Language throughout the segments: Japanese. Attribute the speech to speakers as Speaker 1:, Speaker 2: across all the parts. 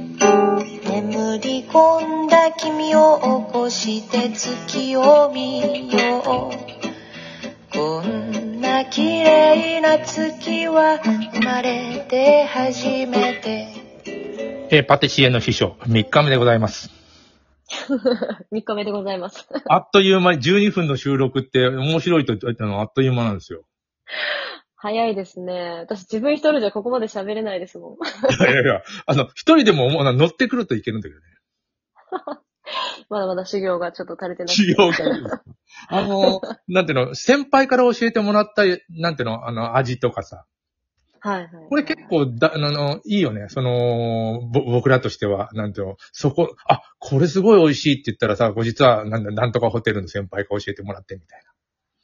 Speaker 1: 眠り込んだ君を起こして月を見ようこんな綺麗な月は生まれて初めて
Speaker 2: えーパティシエの秘書、3日目でございます。
Speaker 3: 3日目でございます。
Speaker 2: あっという間に、12分の収録って面白いと言ったのあっという間なんですよ。
Speaker 3: 早いですね。私自分一人じゃここまで喋れないですもん。
Speaker 2: いやいやいや、あの、一人でももう乗ってくるといけるんだけどね。
Speaker 3: まだまだ修行がちょっと足りてない。
Speaker 2: 修行が。あの、なんていうの、先輩から教えてもらった、なんていうの、あの、味とかさ。
Speaker 3: はいはい。
Speaker 2: これ結構だ、あの、いいよね。その、ぼ僕らとしては、なんていうの、そこ、あ、これすごい美味しいって言ったらさ、こう実は、なんだ、なんとかホテルの先輩から教えてもらってみたい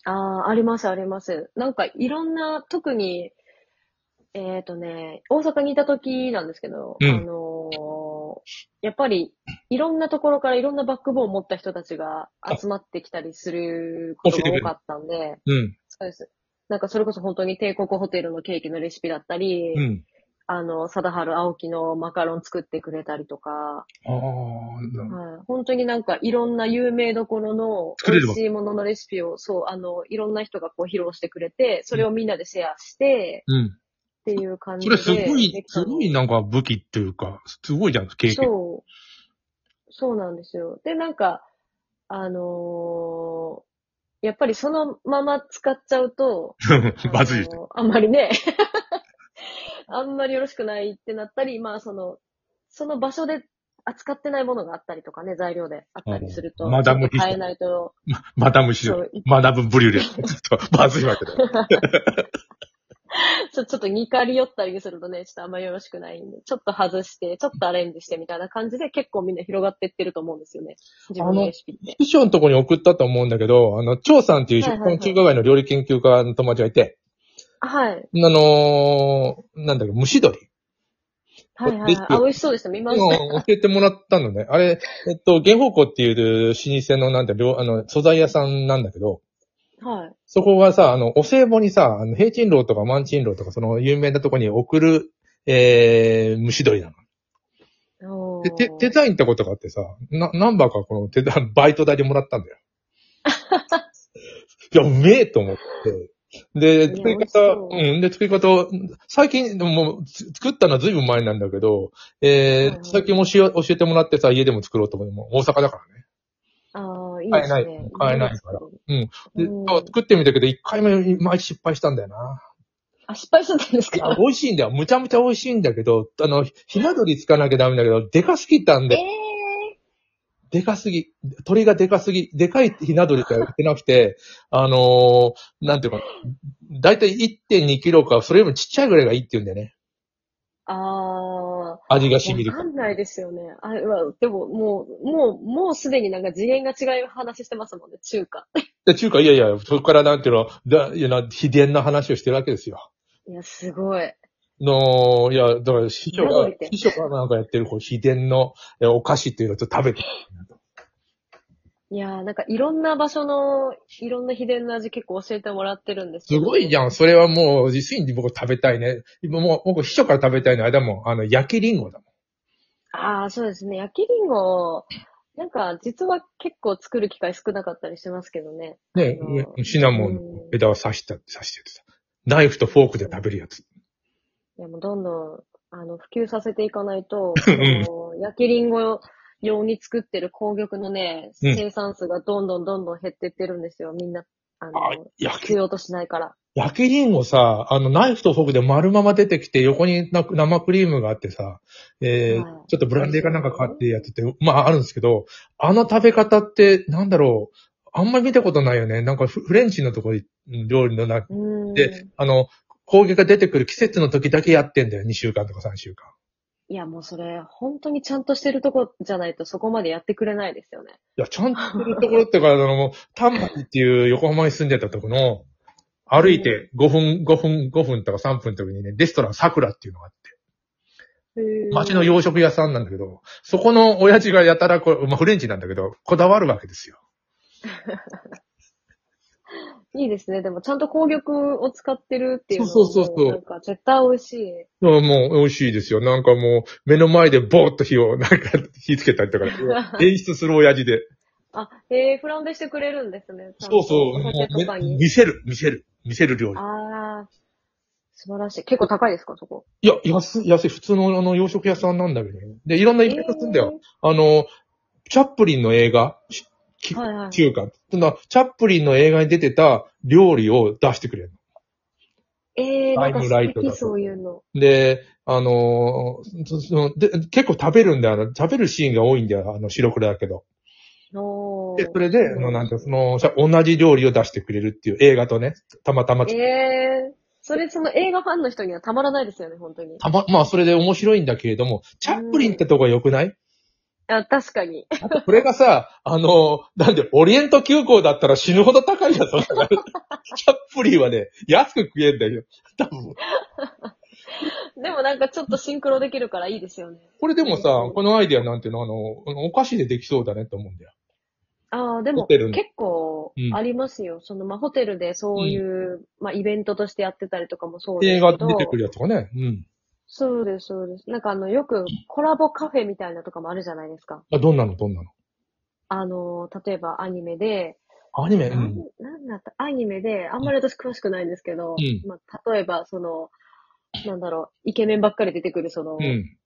Speaker 3: ああー、ありますあります。なんかいろんな、特に、えっ、とね、大阪にいた時なんですけど、
Speaker 2: うん
Speaker 3: あのーやっぱりいろんなところからいろんなバックボーンを持った人たちが集まってきたりすることが多かったんで、
Speaker 2: な。うん、
Speaker 3: そうです。なんかそれこそ本当に帝国ホテルのケーキのレシピだったり、
Speaker 2: うん。
Speaker 3: あの、貞治青木のマカロン作ってくれたりとか、
Speaker 2: ああ、
Speaker 3: はい、本当になんかいろんな有名どころの
Speaker 2: 作れ
Speaker 3: 美
Speaker 2: るわ
Speaker 3: 味しいもののレシピを、そう、あの、いろんな人がこう披露してくれて、それをみんなでシェアして、
Speaker 2: うん。
Speaker 3: っていう感じ
Speaker 2: そ
Speaker 3: で。
Speaker 2: れすごい
Speaker 3: で、きた
Speaker 2: す
Speaker 3: の
Speaker 2: ごいなんか武器っていうか、すごいじゃん、経験。
Speaker 3: そう。そうなんですよ。で、なんか、あのーやっぱりそのまま使っちゃうと、
Speaker 2: バズり
Speaker 3: あ。のあんまりね、 あんまりよろしくないってなったり、まあその、その場所で扱ってないものがあったりとかね、材料であったりすると、
Speaker 2: あマダム
Speaker 3: ちょっと変えないと、
Speaker 2: マダムシ
Speaker 3: そ
Speaker 2: ド
Speaker 3: うい
Speaker 2: マダムブリュレ。ち ょっとバズりわけだよ。
Speaker 3: ちょちょっと似通り寄ったりするとね、ちょっとあんまりよろしくないんで、ちょっと外して、ちょっとアレンジしてみたいな感じで結構みんな広がってってると思うんですよね。自分のレシピって。
Speaker 2: 秘書のとこに送ったと思うんだけど、あの、張さんっていう
Speaker 3: は
Speaker 2: 食
Speaker 3: いはいはい
Speaker 2: の中華街の料理研究家の友達がいて、
Speaker 3: はい。
Speaker 2: あのー、なんだっけ、蒸し鶏。
Speaker 3: はいは
Speaker 2: レ
Speaker 3: い
Speaker 2: シ
Speaker 3: はい。
Speaker 2: ピを
Speaker 3: あ、美味しそうでした。見ました。
Speaker 2: うん教えてもらったのね。あれ、えっと、原宝庫っていう老舗のなんて、料あの、素材屋さんなんだけど、
Speaker 3: はい。
Speaker 2: そこがさ、あの、お歳暮にさ、あの、平鎮楼とか万鎮楼とか、その有名なとこに送る、えー、蒸し鶏なの。
Speaker 3: お
Speaker 2: で、て、
Speaker 3: ー
Speaker 2: デザインってことがあってさ、な、ナンバーかこの手段、バイト代でもらったんだ よ。いや、うめえと思って。で、
Speaker 3: いや
Speaker 2: 作り
Speaker 3: 美味し
Speaker 2: 方、
Speaker 3: そう
Speaker 2: うん、で、作り方、最近、でももう、つ作ったのはずいぶん前なんだけど、え
Speaker 3: はいは
Speaker 2: ー、
Speaker 3: い
Speaker 2: 最近も教え教えてもらってさ、家でも作ろうと思う。もう大阪だからね。
Speaker 3: ああ、いいで
Speaker 2: 買え
Speaker 3: す
Speaker 2: ない
Speaker 3: ね。
Speaker 2: 買えないからうん。で、
Speaker 3: うん
Speaker 2: 作ってみたけど、一回目、いまいち失敗したんだよな。
Speaker 3: あ、失敗しちゃったんです
Speaker 2: いや
Speaker 3: か
Speaker 2: 美味しいんだよ。むちゃむちゃ美味しいんだけど、あの、ひな鳥つかなきゃダメだけど、でかすぎたん
Speaker 3: え
Speaker 2: で、
Speaker 3: え
Speaker 2: でかすぎ、鳥がでかすぎ、でかいひな鳥しか売ってなくて、あのーなんていうか、だいたい1.2キロか、それよりもちっちゃいぐらいがいいって言うんだよね。
Speaker 3: ああ、
Speaker 2: 味が染みる
Speaker 3: わ。かんないですよね。あうわでも、もう、もう、もうすでになんか次元が違う話してますもんね、中華。
Speaker 2: で、中華、いやいや、そこからなんていうの、だ、いやな、秘伝の話をしてるわけですよ。
Speaker 3: いや、すごい。
Speaker 2: の、いや、だから、師匠
Speaker 3: 驚
Speaker 2: が
Speaker 3: いて、
Speaker 2: 師匠がなんかやってる、こう、秘伝のえお菓子っていうのをちょっと食べて。
Speaker 3: いやー、なんかいろんな場所の、いろんな秘伝の味結構教えてもらってるんですけ
Speaker 2: す
Speaker 3: ど。
Speaker 2: ごいじ
Speaker 3: ん。
Speaker 2: ゃん。それはもう、実に僕食べたいね。今もう、僕、秘書から食べたいのは、あれだもん、あの、焼きリンゴだもん。
Speaker 3: ああ、そうですね。焼きりんご、なんか実は結構作る機会少なかったりしますけどね。
Speaker 2: ね
Speaker 3: あの、
Speaker 2: 上シナモンの
Speaker 3: うん
Speaker 2: 枝を刺した、刺しててさ。ナイフとフォークで食べるやつ。
Speaker 3: いや、もうどんどん、あの、普及させていかない と、あ
Speaker 2: ん
Speaker 3: の焼きりんご用に作ってる紅玉のね、
Speaker 2: うん
Speaker 3: 生産数がどんどんどんどん減ってってるんですよ。みんな、あ
Speaker 2: あ
Speaker 3: の、
Speaker 2: 焼
Speaker 3: 必
Speaker 2: き、
Speaker 3: 要としないから。
Speaker 2: 焼きりんごさ、あの、ナイフとフォークで丸まま出てきて、横にな生クリームがあってさ、えー
Speaker 3: は
Speaker 2: ちょっとブランデーかなんか買ってやってて、まああるんですけど、あの食べ方って、なんだろう、あんまり見たことないよね。なんかフフレンチのところに、料理の中
Speaker 3: うーん。
Speaker 2: で、あの、焦げが出てくる季節の時だけやってんだよ。2週間とか3週間。
Speaker 3: いや、もうそれ、本当にちゃんとしてるとこじゃないとそこまでやってくれないですよね。
Speaker 2: いや、ちゃんとするところっていうか、あの、もう、丹波っていう横浜に住んでたとこの、歩いて5分、5分、5分とか3分の時にね、レストラン桜っていうのがあって、街の洋食屋さんなんだけど、そこの親父がやたらこう、まあ、フレンチなんだけど、こだわるわけですよ。
Speaker 3: いいですね。でも、ちゃんと紅玉を使ってるっていうのは
Speaker 2: そうそうそうそう
Speaker 3: もなんか、絶対美味しい。
Speaker 2: あもう美味しいですよ。なんかもう、目の前でボーっと火を、なんか 火つけたりと か、演出する親父で。
Speaker 3: あ、えー、フランベしてくれるんですね。ちゃ
Speaker 2: そ
Speaker 3: んと
Speaker 2: うそう、
Speaker 3: お
Speaker 2: も
Speaker 3: 酒とか
Speaker 2: う、め
Speaker 3: に。
Speaker 2: 見せる、見せる、見せる料理。
Speaker 3: ああ、素晴らしい。結構高いですか、そこ。
Speaker 2: いや、安い、安い、普通のあの洋食屋さんなんだけどね。で、いろんなイベントするんだよ。あの、チャップリンの映画、し
Speaker 3: えー。はいはい。
Speaker 2: 中華。そのチャップリンの映画に出てた料理を出してくれる
Speaker 3: えー、なんか
Speaker 2: タイムライト
Speaker 3: 素
Speaker 2: だ
Speaker 3: 敵
Speaker 2: と
Speaker 3: そういうの。
Speaker 2: の。で、あのそそので、結構食べるんだよな。食べるシーンが多いんだよ。あの、白黒だけど。
Speaker 3: お
Speaker 2: で、そ
Speaker 3: ー。
Speaker 2: れで、あの、なんて、その、しゃ同じ料理を出してくれるっていう映画とね、たまたま、
Speaker 3: えー、それ、その映画ファンの人にはたまらないですよね、本当に。
Speaker 2: たま、まあ、それで面白いんだけれども、チャップリンってとこが良くない
Speaker 3: あ、確かに。
Speaker 2: あとこれがさ、あの、なんで、オリエント急行だったら死ぬほど高いやつだ から。チャップリンはね、安く食えんだよ。多分。
Speaker 3: でもなんかちょっとシンクロできるからいいですよね。
Speaker 2: これでもさ、このアイディアなんていうのは、あの、お菓子でできそうだねと思うんだよ。
Speaker 3: ああ、で
Speaker 2: ホ
Speaker 3: も
Speaker 2: テル
Speaker 3: 結
Speaker 2: の
Speaker 3: 構
Speaker 2: うん
Speaker 3: ありますよ。その、まあ、ホテルでそういう、まあ、イベントとしてやってたりとかもそうです
Speaker 2: 映
Speaker 3: け
Speaker 2: 画
Speaker 3: ど。
Speaker 2: 出てくるやつとかね。うん。
Speaker 3: そうです、そうです。なんかあの、よくコラボカフェみたいなとかもあるじゃないですか。
Speaker 2: あ、どんなのどんなの
Speaker 3: あの、例えばアニメで、
Speaker 2: アニメ、う
Speaker 3: なん
Speaker 2: ん。、
Speaker 3: なんだった、アニメで、あんまり私詳しくないんですけど、
Speaker 2: うん
Speaker 3: まあ、例えばその、なんだろう、イケメンばっかり出てくるその、
Speaker 2: うん。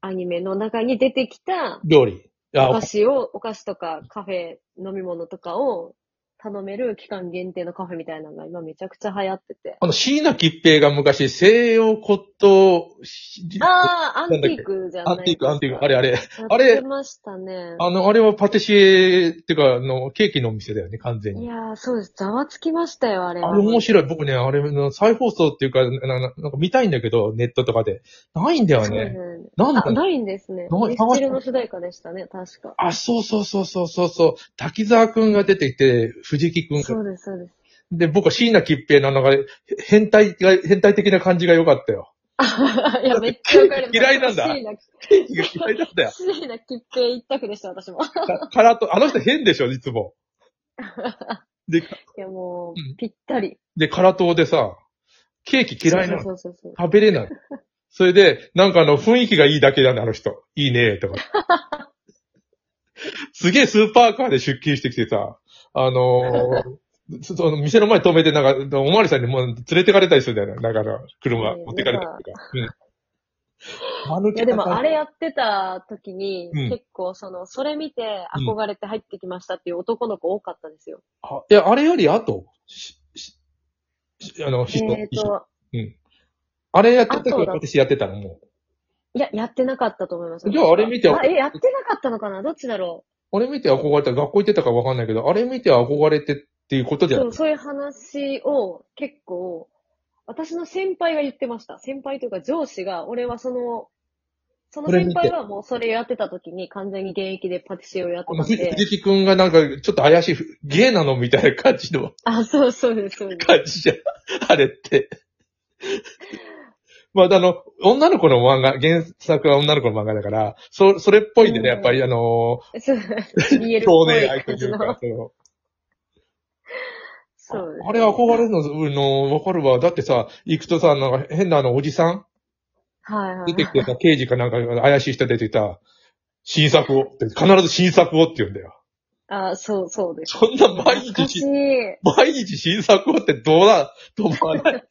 Speaker 3: アニメの中に出てきた
Speaker 2: 料理。あ、
Speaker 3: お
Speaker 2: お
Speaker 3: 菓子を、お菓子とかカフェ、飲み物とかを頼める期間限定のカフェみたいなのが今めちゃくちゃ流行ってて。
Speaker 2: あの、椎名桔平が昔、西洋骨董、し
Speaker 3: ああ、アン
Speaker 2: なんだ
Speaker 3: テ
Speaker 2: っ
Speaker 3: ィ
Speaker 2: け
Speaker 3: ークじゃな
Speaker 2: ア
Speaker 3: い
Speaker 2: ンティーク、アンティーク、あ
Speaker 3: れ、
Speaker 2: れあれ。あ
Speaker 3: あ
Speaker 2: れ
Speaker 3: れ。やってましたね。
Speaker 2: あの、あれはパティシエ、っていうか、あの、ケーキのお店だよね、完全に
Speaker 3: い。やー、そうです。ざわつきましたよ、あれは。
Speaker 2: あれ面白い。僕ね、あれ、の再放送っていうか、なななんか見たいんだけど、ネットとかで。ないんだよ
Speaker 3: そうです
Speaker 2: ね。
Speaker 3: ね。
Speaker 2: なんだ
Speaker 3: あ、ないんですね。
Speaker 2: ない
Speaker 3: ミスチルの主題歌でしたね、確か。
Speaker 2: あ、そうそうそうそうそうそう。滝沢くんが出てきて、藤木くん
Speaker 3: そ
Speaker 2: が。
Speaker 3: うです、そうです。
Speaker 2: で、僕は椎名桔平なのが、へ変態が、変態的な感じが良かった よ。
Speaker 3: いや、めっちゃわか
Speaker 2: ケー
Speaker 3: る。
Speaker 2: キ嫌いなんだ
Speaker 3: シーナ、
Speaker 2: ケーキが嫌いだったよ。
Speaker 3: シーナ、きっぺ一択でした、私も。
Speaker 2: かからと、あの人変でしょ、いつも。で、か
Speaker 3: いや、も
Speaker 2: うん
Speaker 3: う、ぴったり。
Speaker 2: で、からとでさ、ケーキ嫌いなの。
Speaker 3: そうそうそうそう。
Speaker 2: 食べれない。それで、なんかあの、雰囲気がいいだけだね、あの人。いいね、とか。 すげえスーパーカーで出勤してきてさ、あのー、ちょっとあの店の前止めて、なんか、おまわりさんにもう連れてかれたりするんだよね。だから、車
Speaker 3: うん
Speaker 2: 持ってかれたりとか。うん。間抜
Speaker 3: い
Speaker 2: け
Speaker 3: や
Speaker 2: た
Speaker 3: で
Speaker 2: 感じ
Speaker 3: もあれやってた時に、
Speaker 2: うん
Speaker 3: 結構その、それ見て
Speaker 2: うん
Speaker 3: 憧れて入ってきましたっていう男の子多かったですよ。
Speaker 2: あいや、あれより後、しししあの、人、
Speaker 3: えっ、
Speaker 2: 人
Speaker 3: と、
Speaker 2: あれやってた時
Speaker 3: あそうだ
Speaker 2: 私やってたの、も
Speaker 3: いや、やってなかったと思います。
Speaker 2: じゃああれ見て
Speaker 3: あえ、やってなかったのかなどっちだろ
Speaker 2: う。あれ見て憧れた、学校行ってたかわかんないけど、あれ見て憧れてっていうこと
Speaker 3: う
Speaker 2: じゃ
Speaker 3: そ、
Speaker 2: ないう
Speaker 3: そういう話を結構、私の先輩が言ってました。先輩というか上司が、俺はその、その
Speaker 2: これ見
Speaker 3: 先
Speaker 2: て
Speaker 3: 輩はもうそれやってた時に完全に現役でパティシエをやって
Speaker 2: あ
Speaker 3: た
Speaker 2: の、
Speaker 3: ん
Speaker 2: 藤
Speaker 3: で。
Speaker 2: 木くんがなんか、ちょっと怪しい、ゲイなのみたいな感じの、
Speaker 3: あ、そうそうです、そうです。
Speaker 2: 感じじゃん。あれって。 まあ、あの、女の子の漫画、原作は女の子の漫画だから、そ、それっぽいんでね、
Speaker 3: うん
Speaker 2: やっぱりあの
Speaker 3: そう、見え
Speaker 2: ー、
Speaker 3: るっぽ
Speaker 2: 少
Speaker 3: い
Speaker 2: 年愛と
Speaker 3: 感
Speaker 2: い
Speaker 3: じ
Speaker 2: う
Speaker 3: の。
Speaker 2: か、その、
Speaker 3: そうです。
Speaker 2: あれ憧れるの、うんの、わかるわ。だってさ、行くとさ、なんか変なあの、おじさん
Speaker 3: はいはいはい。
Speaker 2: 出てきてさ、刑事かなんか怪しい人出てきた、新作をって、必ず新作をって言うんだよ。
Speaker 3: あ、そう、そうです。
Speaker 2: そんな毎
Speaker 3: 懐
Speaker 2: 日
Speaker 3: か
Speaker 2: し
Speaker 3: しい。
Speaker 2: 毎日新作をってどうだと思わない。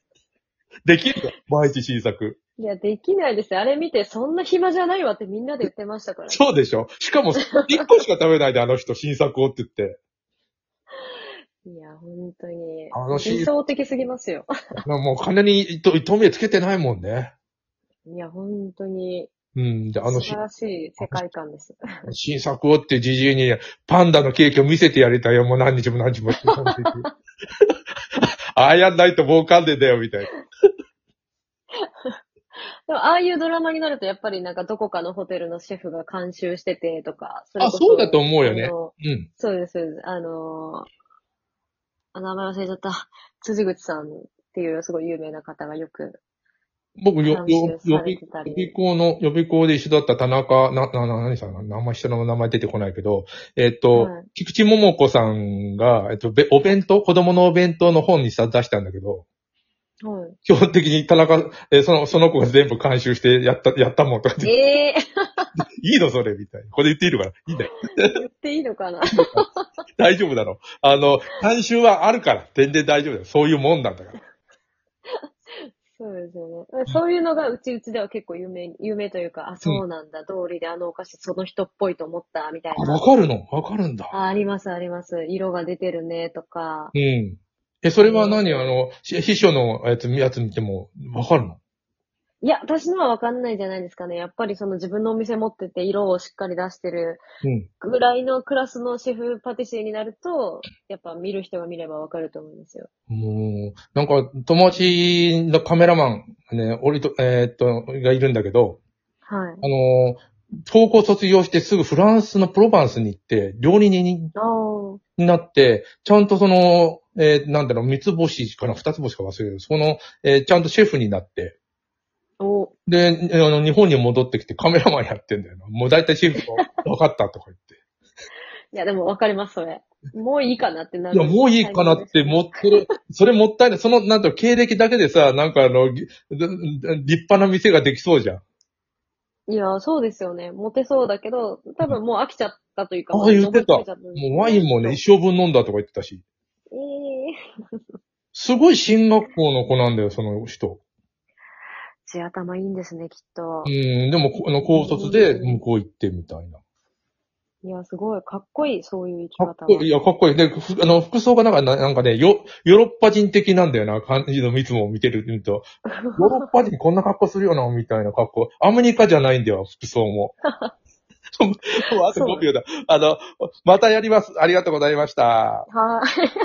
Speaker 2: できるか毎日新作。
Speaker 3: いや、できないですよ。あれ見て、そんな暇じゃないわってみんなで言ってましたから。
Speaker 2: そうでしょしかも、一個しか食べないで、あの人、新作をって言って。
Speaker 3: いや、本当に。
Speaker 2: あのシーン
Speaker 3: 理想的すぎますよ。
Speaker 2: もう金に糸糸目つけてないもんね。
Speaker 3: いや、本当に。
Speaker 2: うん。で、あの
Speaker 3: 素
Speaker 2: し
Speaker 3: 晴らしい世界観です。
Speaker 2: 新作をってじじいに、パンダのケーキを見せてやりたいよ、もう何日も何日 もって。ああやんないと儲かんねえんだよ、みたいな。
Speaker 3: でも、ああいうドラマになると、やっぱりなんかどこかのホテルのシェフが監修しててとか、そ
Speaker 2: あ、そうだと思うよね
Speaker 3: あ。の
Speaker 2: うん。
Speaker 3: そうです、そうです。あのーあ、名前忘れちゃった。辻口さんっていうすごい有名な方がよく
Speaker 2: 僕、よ、
Speaker 3: 監
Speaker 2: よ予
Speaker 3: 修、さ
Speaker 2: 備
Speaker 3: れてたり、
Speaker 2: 予備校の、予備校で一緒だった田中、な、な、な、何さんが、あんま人の名前出てこないけど、えっと、
Speaker 3: はい
Speaker 2: 菊池桃子さんが、えっと、べお弁当、子供のお弁当の本にさ出したんだけど、
Speaker 3: は
Speaker 2: 基本的に田中、えーその、その子が全部監修してやった、やったもんとか
Speaker 3: い、
Speaker 2: 言って、
Speaker 3: ええ
Speaker 2: いいのそれみたいな。これ言っていいのかないいんだよ。
Speaker 3: 言っていいのかな
Speaker 2: 大丈夫だろう。あの、監修はあるから、全然大丈夫だよ。そういうもんなんだから。
Speaker 3: そうですよね。そういうのがうちうちでは結構有名、有名というか、あ、そうなんだ、通りであのお菓子その人っぽいと思った、みたい
Speaker 2: あ、
Speaker 3: な
Speaker 2: わ。かるのわかるんだ。
Speaker 3: あ、あります、あります。色が出てるね、とか。
Speaker 2: うん。え、それは何あの、し秘書のやつ、やつ見ても、わかるの
Speaker 3: いや、私のはわかんないじゃないですかね。やっぱりその自分のお店持ってて色をしっかり出してる
Speaker 2: うん。
Speaker 3: ぐらいのクラスのシェフパティシエになると、やっぱ見る人が見ればわかると思いますよ。
Speaker 2: もう、なんか、友達のカメラマン、ね、俺と、えーっと、がいるんだけど、
Speaker 3: はい。
Speaker 2: あのー、高校卒業してすぐフランスのプロヴァンスに行って、料理人に
Speaker 3: ああ。
Speaker 2: なって、ちゃんとその、えーなんだろう、三つ星かな、二つ星か忘れるけど、その、えーちゃんとシェフになって、
Speaker 3: お、
Speaker 2: で、あの、日本に戻ってきてカメラマンやってんだよな。もう大体シェフがわかったとか言って。
Speaker 3: いやでもわかります、それ。もういいかなってないる。
Speaker 2: や、もういいかなって、持ってる。それもったいない。その、なんと経歴だけでさ、なんかあの、ぎ立派な店ができそうじゃん。
Speaker 3: いや、そうですよね。モテそうだけど、多分もう飽きちゃったというか。
Speaker 2: あ言ってた
Speaker 3: 登り詰めちゃっんですよ
Speaker 2: もうワインもね、。一生分飲んだとか言ってたし。
Speaker 3: ええ
Speaker 2: すごい進学校の子なんだよ、その人。
Speaker 3: 血頭いいんですね、きっと
Speaker 2: う。ん、でも、こあの、高卒で向こう行ってみたいな。
Speaker 3: いや、すごい。かっこいい、そういう生
Speaker 2: か
Speaker 3: き
Speaker 2: っ
Speaker 3: 方
Speaker 2: こいい。いや、かっこいい。で、ふあの、服装がなんか、ななんかね、ヨヨーロッパ人的なんだよな、感じのいつも見てる、見る と。ヨーロッパ人こんな格好するよな、みたいな格好。アメリカじゃないんだよ、服装 も。もうあと5秒だ。あの、またやります。ありがとうございました。
Speaker 3: はーい。